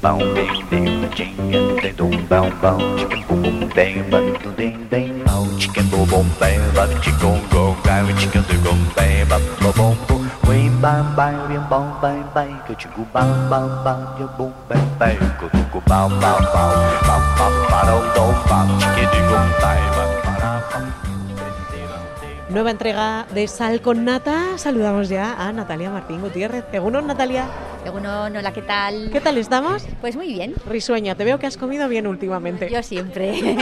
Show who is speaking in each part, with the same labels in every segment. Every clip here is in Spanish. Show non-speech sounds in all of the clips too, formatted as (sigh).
Speaker 1: Bong bing bing ba ching and ding dong bong bong chicken boom boom bang ba ding ding ding bong chicken boom boom bang ba chicken gong gong gai ba chicken ding dong bang ba ba bong bong quay ba ba viên bong bay bay cơ chuyện của bao bao bao nhớ bong bay bay cơ tụ của bao bao bao bao bao bao đông đông bao chicken ding dong bay ba ba da bong
Speaker 2: Nueva entrega de Sal con Nata. Saludamos ya a Natalia Martín Gutiérrez. Egunon, Natalia.
Speaker 3: Egunon, hola, ¿qué tal?
Speaker 2: ¿Qué tal estamos?
Speaker 3: Pues muy bien,
Speaker 2: Risueña, te veo que has comido bien últimamente.
Speaker 3: yo siempre.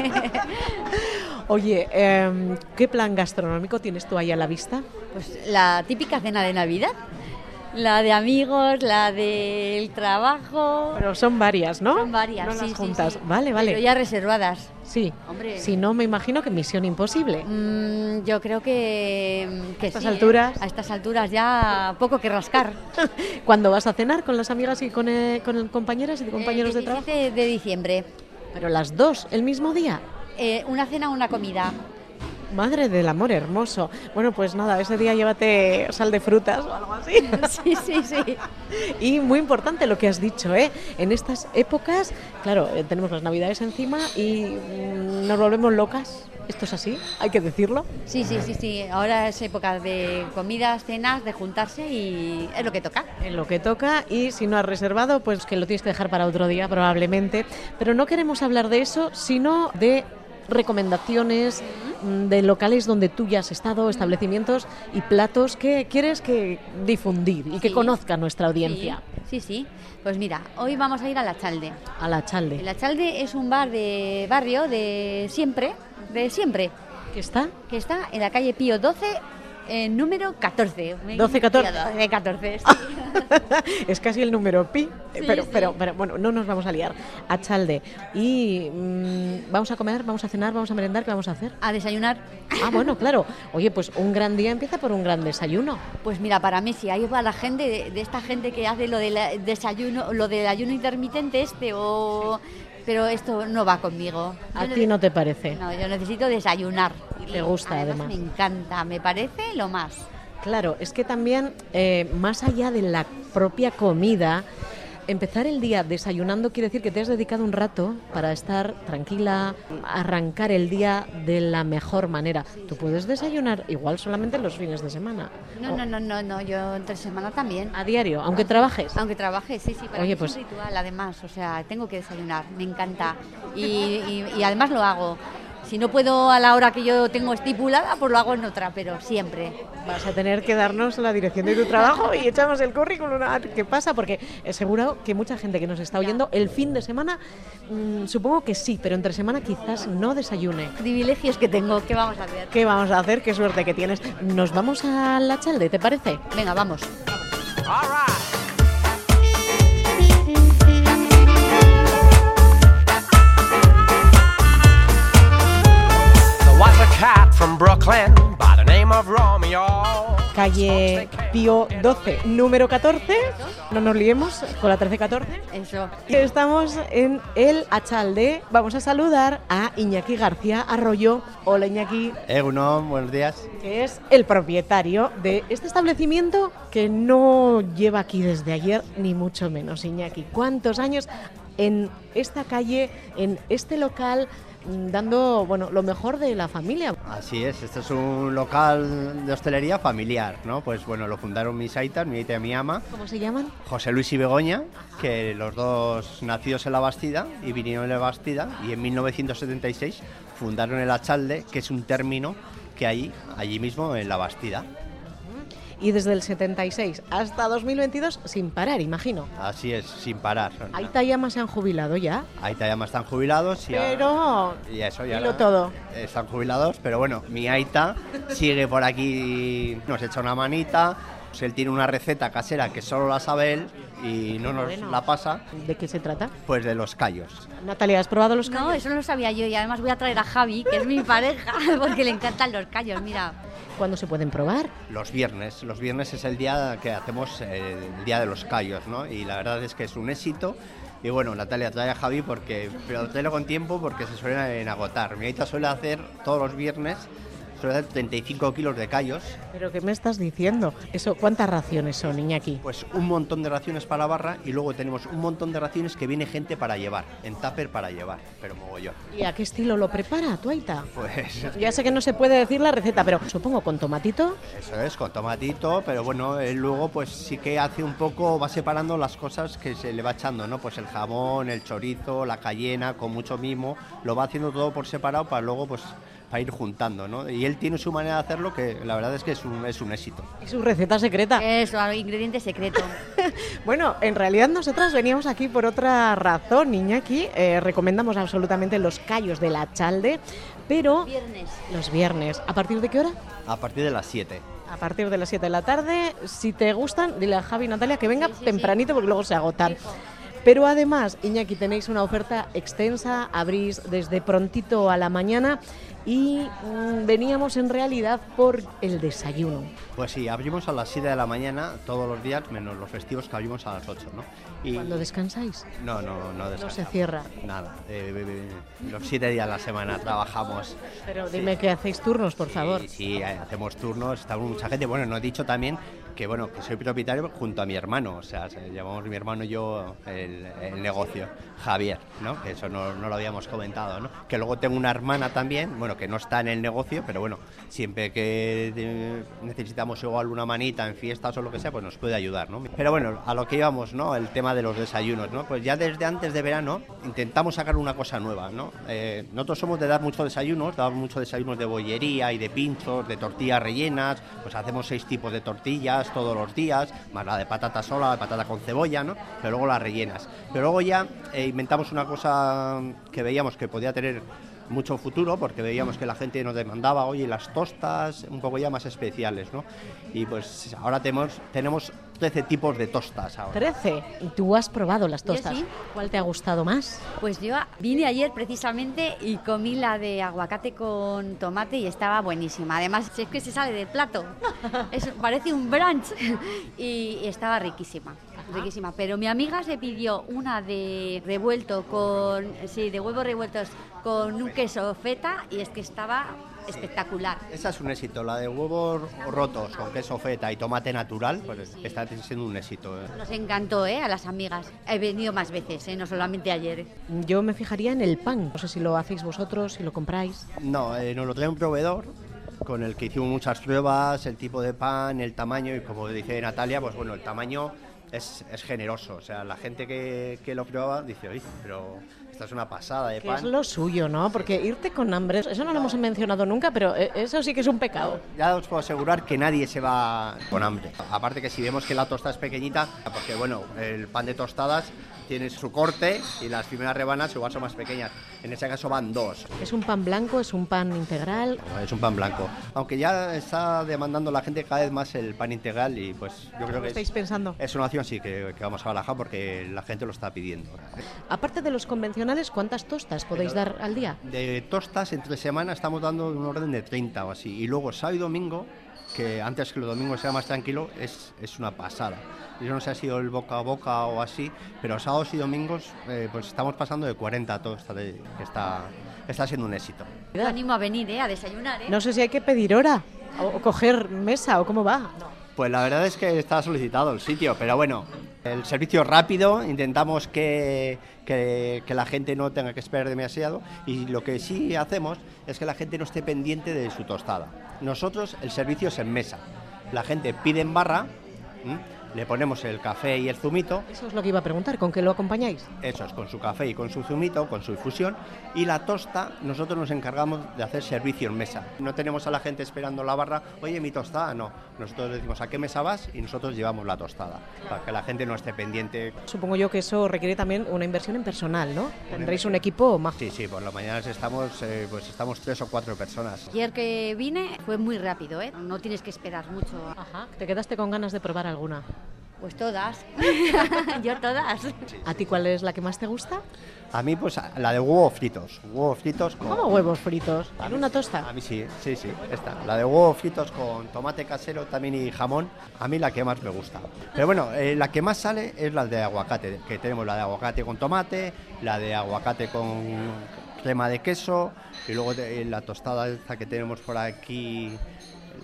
Speaker 3: (laughs)
Speaker 2: Oye, em, ¿qué plan gastronómico tienes tú ahí a la vista?
Speaker 3: pues la típica cena de Navidad, la de amigos, la del trabajo,
Speaker 2: Pero son varias, ¿no?
Speaker 3: son varias,
Speaker 2: No
Speaker 3: sí,
Speaker 2: las
Speaker 3: sí,
Speaker 2: juntas.
Speaker 3: sí.
Speaker 2: Vale, vale.
Speaker 3: Pero ya reservadas.
Speaker 2: Sí.
Speaker 3: Hombre.
Speaker 2: Si no, me imagino que misión imposible.
Speaker 3: Mm, yo creo que, que
Speaker 2: A estas
Speaker 3: sí, ¿eh?
Speaker 2: alturas.
Speaker 3: A estas alturas ya poco que rascar.
Speaker 2: Cuando vas a cenar con las amigas y con, eh, con compañeras y (laughs) compañeros
Speaker 3: El
Speaker 2: de trabajo.
Speaker 3: 17 Eh, de diciembre.
Speaker 2: Pero las dos, el mismo día.
Speaker 3: Eh, una cena, una comida. (laughs)
Speaker 2: Madre del amor hermoso. Bueno, pues nada, ese día llévate sal de frutas o algo así.
Speaker 3: (laughs)
Speaker 2: (laughs)
Speaker 3: Sí, sí, sí.
Speaker 2: Y muy importante lo que has dicho, ¿eh? En estas épocas, claro, eh, tenemos las navidades encima y mm, nos volvemos locas. Esto es así, hay que decirlo.
Speaker 3: Sí, sí, sí, sí. Ahora es época de comidas, cenas, de juntarse y es lo que toca.
Speaker 2: En lo que toca y si no has reservado, pues que lo tienes que dejar para otro día probablemente. Pero no queremos hablar de eso, sino de recomendaciones mm, de locales donde tú ya has estado, establecimientos y platos que quieres que difundir y que
Speaker 3: Sí.
Speaker 2: conozca nuestra audiencia.
Speaker 3: Sí, sí, sí. Pues mira, hoy vamos a ir a La Chalde.
Speaker 2: A la chalde.
Speaker 3: La Chalde es un bar de barrio de siempre, de siempre,
Speaker 2: ¿Qué está?
Speaker 3: que está en la calle Pío 12, eh, número 14.
Speaker 2: 12, 14.
Speaker 3: 12, 14, sí.
Speaker 2: (laughs) es casi el número pi, eh,
Speaker 3: Sí,
Speaker 2: pero,
Speaker 3: sí.
Speaker 2: Pero, pero bueno, no nos vamos a liar. A Chalde. Y mm, vamos a comer, vamos a cenar, vamos a merendar, ¿qué vamos a hacer?
Speaker 3: A desayunar.
Speaker 2: Ah,
Speaker 3: (laughs)
Speaker 2: bueno, claro. Oye, pues un gran día empieza por un gran desayuno.
Speaker 3: Pues mira, para mí si ahí va la gente, de, de esta gente que hace lo del eh, desayuno, lo del ayuno intermitente este o... Pero esto no va conmigo.
Speaker 2: ¿A
Speaker 3: Yo
Speaker 2: ti
Speaker 3: ne-
Speaker 2: no te parece?
Speaker 3: No, yo necesito desayunar.
Speaker 2: Y te gusta, además.
Speaker 3: Me encanta, me parece lo más.
Speaker 2: Claro, es que también, eh, más allá de la propia comida, empezar el día desayunando quiere decir que te has dedicado un rato para estar tranquila, arrancar el día de la mejor manera. Tú puedes desayunar igual solamente los fines de semana.
Speaker 3: No,
Speaker 2: o
Speaker 3: no, no, no, no, yo entre semana también.
Speaker 2: A diario, aunque trabajes.
Speaker 3: Aunque trabaje, sí, sí, para
Speaker 2: Oye,
Speaker 3: mí
Speaker 2: pues-
Speaker 3: es un ritual además, o sea, tengo que desayunar, me encanta. Y, y- y además lo hago. Si no puedo a la hora que yo tengo estipulada, pues lo hago en otra, pero siempre.
Speaker 2: Vas a tener que darnos la dirección de tu trabajo y echamos el currículum a ver qué pasa, porque eh, seguro que mucha gente que nos está oyendo el fin de semana, mm, supongo que sí, pero entre semana quizás no desayune.
Speaker 3: Privilegios que tengo, ¿qué vamos a hacer?
Speaker 2: ¿Qué vamos a hacer? ¿Qué suerte que tienes? Nos vamos a la chalde, ¿te parece?
Speaker 3: Venga, vamos.
Speaker 4: There was a cat from Brooklyn by the name of Romeo.
Speaker 2: Calle Pío 12, número 14. No nos liemos con la 13-14.
Speaker 3: Eso.
Speaker 2: Estamos en el Achalde. Vamos a saludar a Iñaki García Arroyo. Hola Iñaki.
Speaker 5: Egunon, buenos días.
Speaker 2: que es el propietario de este establecimiento que no lleva aquí desde ayer, ni mucho menos, Iñaki. ¿Cuántos años en esta calle, en este local, mm, dando bueno, lo mejor de la familia?
Speaker 5: Así es, este es un local de hostelería familiar, ¿no? Pues bueno, lo fundaron mis aitas, mi aita y mi ama,
Speaker 2: ¿Cómo se llaman?
Speaker 5: José Luis y Begoña, que los dos nacidos en la Bastida y vinieron en la Bastida y en 1976 fundaron el Achalde, que es un término que hay allí mismo en la Bastida.
Speaker 2: Y desde el 76 hasta 2022 sin parar, imagino.
Speaker 5: Así es, sin parar.
Speaker 2: Ahí y Ama se han jubilado ya,
Speaker 5: Aita y ama están jubilados y a-
Speaker 2: pero
Speaker 5: Y eso ya.
Speaker 2: dilo todo.
Speaker 5: Están jubilados, pero bueno, mi Aita sigue por aquí, nos echa una manita. pues él tiene una receta casera que solo la sabe él y no nos
Speaker 2: Bueno.
Speaker 5: la pasa,
Speaker 2: ¿De qué se trata?
Speaker 5: pues de los callos.
Speaker 2: Natalia, ¿has probado los
Speaker 3: No,
Speaker 2: callos?
Speaker 3: eso no lo sabía yo y además voy a traer a Javi, que es mi pareja, (laughs) porque le encantan los callos, mira.
Speaker 2: ¿Cuándo se pueden probar?
Speaker 5: Los viernes, los viernes es el día que hacemos eh, el día de los callos, ¿no? Y la verdad es que es un éxito. Y bueno, Natalia trae a Javi porque, pero tráelo con tiempo porque se suelen agotar. Mi Aita suele hacer todos los viernes suele dar 35 kilos de callos,
Speaker 2: ¿Pero qué me estás diciendo? Eso, ¿Cuántas raciones son, Iñaki?
Speaker 5: pues un montón de raciones para la barra y luego tenemos un montón de raciones que viene gente para llevar, en tupper para llevar, pero mogollón.
Speaker 2: ¿Y a qué estilo lo prepara, Tuaita?
Speaker 5: Pues
Speaker 2: Ya sé que no se puede decir la receta, pero supongo con tomatito.
Speaker 5: Eso es, con tomatito, pero bueno, él luego pues sí que hace un poco, va separando las cosas que se le va echando, ¿no? Pues el jamón, el chorizo, la cayena, con mucho mimo, lo va haciendo todo por separado para luego pues para ir juntando, ¿no? Y él tiene su manera de hacerlo que la verdad es que es un, es un éxito.
Speaker 2: Es su receta secreta.
Speaker 3: Eso, al ingrediente secreto.
Speaker 2: Bueno, en realidad nosotras veníamos aquí por otra razón, Iñaki. Eh, recomendamos absolutamente los callos de la chalde, pero
Speaker 3: Viernes.
Speaker 2: los viernes. ¿A partir de qué hora?
Speaker 5: A partir de las 7.
Speaker 2: A partir de las 7 de la tarde. Si te gustan, dile a Javi y Natalia que venga
Speaker 3: Sí, sí, sí.
Speaker 2: tempranito porque luego se agotan.
Speaker 3: Fijo.
Speaker 2: Pero además, Iñaki, tenéis una oferta extensa, abrís desde prontito a la mañana y mm, veníamos en realidad por el desayuno.
Speaker 5: Pues sí, abrimos a las 7 de la mañana todos los días, menos los festivos que abrimos a las 8, ¿no? Y
Speaker 2: Cuando descansáis,
Speaker 5: No, no, no
Speaker 2: no
Speaker 5: descansamos.
Speaker 2: se cierra.
Speaker 5: Nada, eh, eh, eh, los 7 días a la semana trabajamos.
Speaker 2: Pero
Speaker 5: Sí.
Speaker 2: dime que hacéis turnos, por
Speaker 5: Sí,
Speaker 2: favor.
Speaker 5: Sí, eh, hacemos turnos, está mucha gente. Bueno, no he dicho también que bueno, que soy propietario junto a mi hermano, o sea, se- llevamos mi hermano y yo el, el negocio, Javier, ¿no? Que eso no, no lo habíamos comentado, ¿no? Que luego tengo una hermana también, bueno, que no está en el negocio, pero bueno, siempre que eh, necesitamos igual una manita en fiestas o lo que sea, pues nos puede ayudar, ¿no? Pero bueno, a lo que íbamos, ¿no? El tema de los desayunos, ¿no? Pues ya desde antes de verano intentamos sacar una cosa nueva, ¿no? Eh, nosotros somos de dar muchos desayunos, damos muchos desayunos de bollería y de pinchos, de tortillas rellenas, pues hacemos seis tipos de tortillas todos los días, más la de patata sola, la de patata con cebolla, ¿no? Pero luego las rellenas. Pero luego ya eh, inventamos una cosa que veíamos que podía tener mucho futuro porque veíamos que la gente nos demandaba, oye, las tostas un poco ya más especiales, ¿no? Y pues ahora tenemos, tenemos 13 tipos de tostas ahora.
Speaker 2: 13. ¿Y tú has probado las
Speaker 3: Yo
Speaker 2: tostas?
Speaker 3: sí.
Speaker 2: ¿Cuál te ha gustado más?
Speaker 3: Pues yo vine ayer precisamente y comí la de aguacate con tomate y estaba buenísima. Además, es que se sale del plato. Es- parece un brunch y estaba riquísima. Riquísima, pero mi amiga se pidió una de revuelto con, sí, de huevos revueltos con un queso feta y es que estaba espectacular.
Speaker 5: Esa es un éxito, la de huevos rotos con queso feta y tomate natural, pues está siendo un éxito. ¿eh?
Speaker 3: Nos encantó, ¿eh? A las amigas. He venido más veces, ¿eh? No solamente ayer.
Speaker 2: Yo me fijaría en el pan. No sé si lo hacéis vosotros, si lo compráis.
Speaker 5: No, eh, nos lo trae un proveedor con el que hicimos muchas pruebas, el tipo de pan, el tamaño y como dice Natalia, pues bueno, el tamaño es, es generoso. O sea, la gente que, que lo prueba dice, oye, pero esta es una pasada de
Speaker 2: Que es
Speaker 5: pan.
Speaker 2: lo suyo, ¿no? Porque irte con hambre, eso no lo hemos mencionado nunca, pero eh, eso sí que es un pecado.
Speaker 5: Ya os puedo asegurar que nadie se va con hambre. Aparte que si vemos que la tosta es pequeñita, porque bueno, el pan de tostadas tiene su corte y las primeras rebanas igual son más pequeñas. En ese caso van dos.
Speaker 2: Es un pan blanco, es un pan integral.
Speaker 5: Es un pan blanco. Aunque ya está demandando la gente cada vez más el pan integral y pues yo creo
Speaker 2: ¿Qué
Speaker 5: que
Speaker 2: estáis
Speaker 5: es,
Speaker 2: pensando?
Speaker 5: es una opción sí que, que vamos a barajar porque la gente lo está pidiendo.
Speaker 2: Aparte de los convencionales, ¿cuántas tostas podéis dar al día?
Speaker 5: De tostas entre semana estamos dando un orden de 30 o así. Y luego sábado y domingo, que antes que los domingos sea más tranquilo, es, es una pasada. Yo no sé si ha sido el boca a boca o así, pero sábados y domingos eh, pues estamos pasando de 40 a tostas, de- que está, está siendo un éxito.
Speaker 3: Os animo a venir, ¿eh? A desayunar, ¿eh?
Speaker 2: No sé si hay que pedir hora o, o coger mesa o cómo va.
Speaker 5: Pues la verdad es que está solicitado el sitio, pero bueno, el servicio rápido, intentamos que, que- que la gente no tenga que esperar demasiado y lo que sí hacemos es que la gente no esté pendiente de su tostada. Nosotros el servicio es en mesa, la gente pide en barra, ¿m? le ponemos el café y el zumito,
Speaker 2: Eso es lo que iba a preguntar, ¿con qué lo acompañáis?
Speaker 5: eso es, con su café y con su zumito, con su infusión. Y la tosta, nosotros nos encargamos de hacer servicio en mesa. No tenemos a la gente esperando la barra, oye, mi tostada, no. Nosotros decimos, ¿a qué mesa vas? Y nosotros llevamos la tostada, para que la gente no esté pendiente.
Speaker 2: Supongo yo que eso requiere también una inversión en personal, ¿no? Tendréis
Speaker 5: inversión.
Speaker 2: un equipo más.
Speaker 5: Sí, sí, por las mañanas estamos, eh, pues estamos tres o cuatro personas.
Speaker 3: Ayer que vine fue muy rápido, ¿eh? No tienes que esperar mucho.
Speaker 2: Ajá, te quedaste con ganas de probar alguna.
Speaker 3: Pues todas. Yo todas.
Speaker 2: ¿A ti cuál es la que más te gusta?
Speaker 5: A mí, pues, la de huevos fritos. Huevos fritos con...
Speaker 2: ¿Cómo huevos fritos?
Speaker 5: A
Speaker 2: ¿En
Speaker 5: mí
Speaker 2: una
Speaker 5: sí, A
Speaker 2: tosta?
Speaker 5: mí sí, sí, sí, esta. La de huevos fritos con tomate casero también y jamón, a mí la que más me gusta. Pero bueno, eh, la que más sale es la de aguacate, que tenemos la de aguacate con tomate, la de aguacate con crema de queso y luego te- la tostada esta que tenemos por aquí,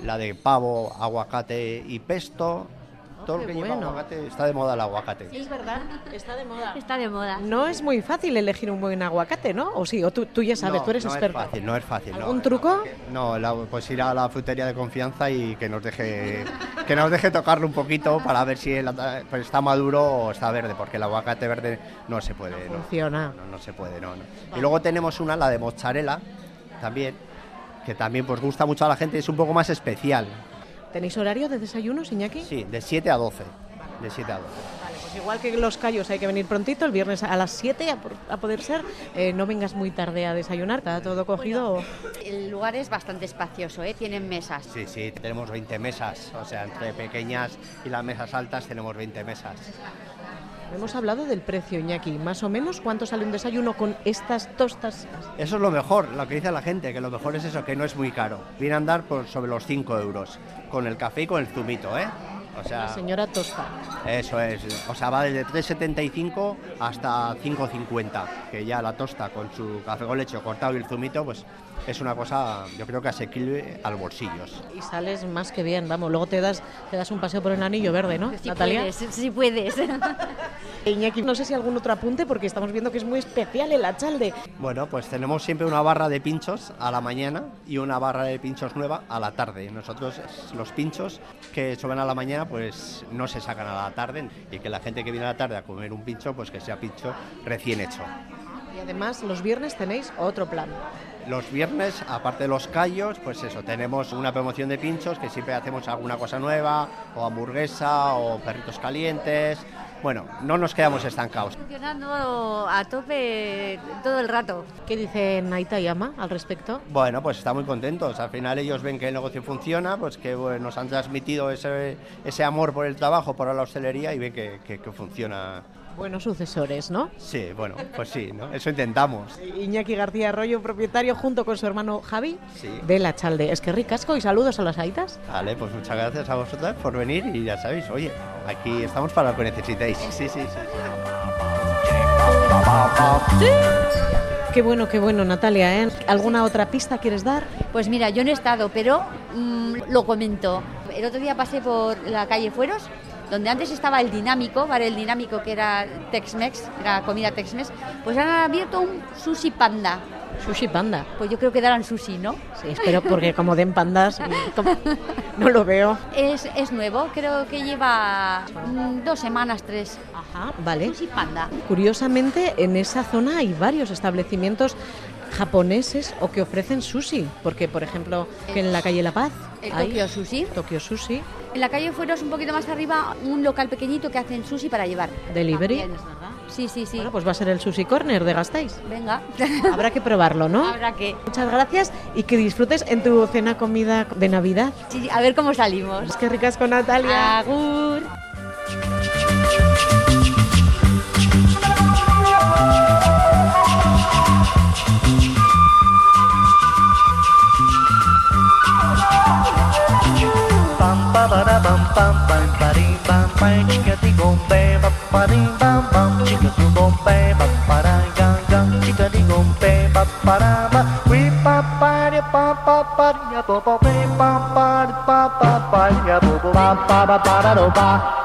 Speaker 5: la de pavo, aguacate y pesto.
Speaker 2: Oh,
Speaker 5: Todo lo
Speaker 2: qué
Speaker 5: que lleva
Speaker 2: bueno.
Speaker 5: aguacate, está de moda el aguacate.
Speaker 2: Es verdad, está de moda.
Speaker 3: Está de moda.
Speaker 2: No es muy fácil elegir un buen aguacate, ¿no? O sí, o tú, tú ya sabes,
Speaker 5: No,
Speaker 2: tú eres
Speaker 5: no
Speaker 2: experto.
Speaker 5: Es fácil, no es fácil. no.
Speaker 2: ¿Algún truco?
Speaker 5: No, la- pues ir a la frutería de confianza y que nos deje que nos deje tocarlo un poquito para ver si el ata- pues está maduro o está verde, porque el aguacate verde no se puede. No,
Speaker 2: Funciona.
Speaker 5: no, no se puede, no, no. Y luego tenemos una, la de mozzarella, también, que también pues gusta mucho a la gente, es un poco más especial.
Speaker 2: ¿Tenéis horario de desayuno, Iñaki?
Speaker 5: Sí, de 7 a 12. De 7 a 12.
Speaker 2: Vale, pues igual que los callos hay que venir prontito, el viernes a las 7 a, por- a poder ser. Eh, no vengas muy tarde a desayunar, está todo cogido.
Speaker 3: El lugar es bastante espacioso, ¿eh? tienen mesas.
Speaker 5: Sí, sí, tenemos 20 mesas, o sea, entre pequeñas y las mesas altas tenemos 20 mesas.
Speaker 2: Hemos hablado del precio, Iñaki. Más o menos, ¿cuánto sale un desayuno con estas tostas?
Speaker 5: Eso es lo mejor, lo que dice la gente, que lo mejor es eso, que no es muy caro. Viene a andar por sobre los 5 euros, con el café y con el zumito, ¿eh? O
Speaker 2: La
Speaker 5: sea,
Speaker 2: señora tosta.
Speaker 5: eso es. O sea, va desde 3,75 hasta 5,50, que ya la tosta con su café con leche cortado y el zumito, pues es una cosa, yo creo que asequible al bolsillos.
Speaker 2: Y sales más que bien, vamos. Luego te das, te das un paseo por el anillo verde, ¿no?
Speaker 3: Si
Speaker 2: Natalia.
Speaker 3: puedes, si puedes.
Speaker 2: Iñaki, no sé si algún otro apunte, porque estamos viendo que es muy especial el achalde.
Speaker 5: Bueno, pues tenemos siempre una barra de pinchos a la mañana y una barra de pinchos nueva a la tarde. Nosotros es- los pinchos que suben a la mañana pues no se sacan a la tarde y que la gente que viene a la tarde a comer un pincho pues que sea pincho recién hecho.
Speaker 2: Y además, los viernes tenéis otro plan.
Speaker 5: Los viernes, aparte de los callos, pues eso, tenemos una promoción de pinchos que siempre hacemos alguna cosa nueva, o hamburguesa, o perritos calientes. Bueno, no nos quedamos estancados.
Speaker 3: Funcionando a tope todo el rato.
Speaker 2: ¿Qué dice Naita y Ama al respecto?
Speaker 5: Bueno, pues están muy contentos. Al final ellos ven que el negocio funciona, pues que bueno, nos han transmitido ese, ese amor por el trabajo, por la hostelería y ven que, que- que funciona.
Speaker 2: Buenos sucesores, ¿no?
Speaker 5: Sí, bueno, pues sí, ¿no? Eso intentamos.
Speaker 2: Iñaki García Arroyo, propietario, junto con su hermano Javi,
Speaker 5: Sí.
Speaker 2: de La Chalde. Es que ricasco y saludos a las aitas.
Speaker 5: Vale, pues muchas gracias a vosotras por venir y ya sabéis, oye, aquí estamos para lo que necesitéis. Sí, sí, sí.
Speaker 2: Qué bueno, qué bueno, Natalia, ¿eh? ¿Alguna otra pista quieres dar?
Speaker 3: Pues mira, yo no he estado, pero mm, lo comento. El otro día pasé por la calle Fueros, donde antes estaba el dinámico, ¿vale? El dinámico que era Tex-Mex, era comida Tex-Mex, pues han abierto un sushi panda.
Speaker 2: Sushi Panda.
Speaker 3: Pues yo creo que darán sushi, ¿no?
Speaker 2: Sí, espero, porque como den pandas, como- no lo veo.
Speaker 3: Es, es nuevo, creo que lleva mm, dos semanas, tres.
Speaker 2: Ajá, vale.
Speaker 3: Sushi panda.
Speaker 2: Curiosamente, en esa zona hay varios establecimientos japoneses o que ofrecen sushi, porque por ejemplo, que en la calle La Paz
Speaker 3: El
Speaker 2: hay
Speaker 3: Tokyo Sushi.
Speaker 2: Tokyo Sushi
Speaker 3: En la calle Fueros, un poquito más arriba, un local pequeñito que hacen sushi para llevar.
Speaker 2: Delivery.
Speaker 3: También. Sí, sí, sí.
Speaker 2: Bueno, pues va a ser el Sushi Corner de Gasteiz.
Speaker 3: Venga.
Speaker 2: Habrá que probarlo, ¿no?
Speaker 3: (laughs) Habrá que.
Speaker 2: Muchas gracias y que disfrutes en tu cena comida de Navidad.
Speaker 3: Sí, a ver cómo salimos.
Speaker 2: Es que ricas con Natalia.
Speaker 3: Agur.
Speaker 1: bam ba ba da bam bam bam ba dee bam bam chicka dee gom bam ba ba dee bam bam chicka doo gom bam ba ba da ga ga chicka dee gom bam ba ba da ba we ba ba de ba ba ba dee ya bo bo we ba ba de ba ba ba dee ya bo bo ba ba ba ba da do ba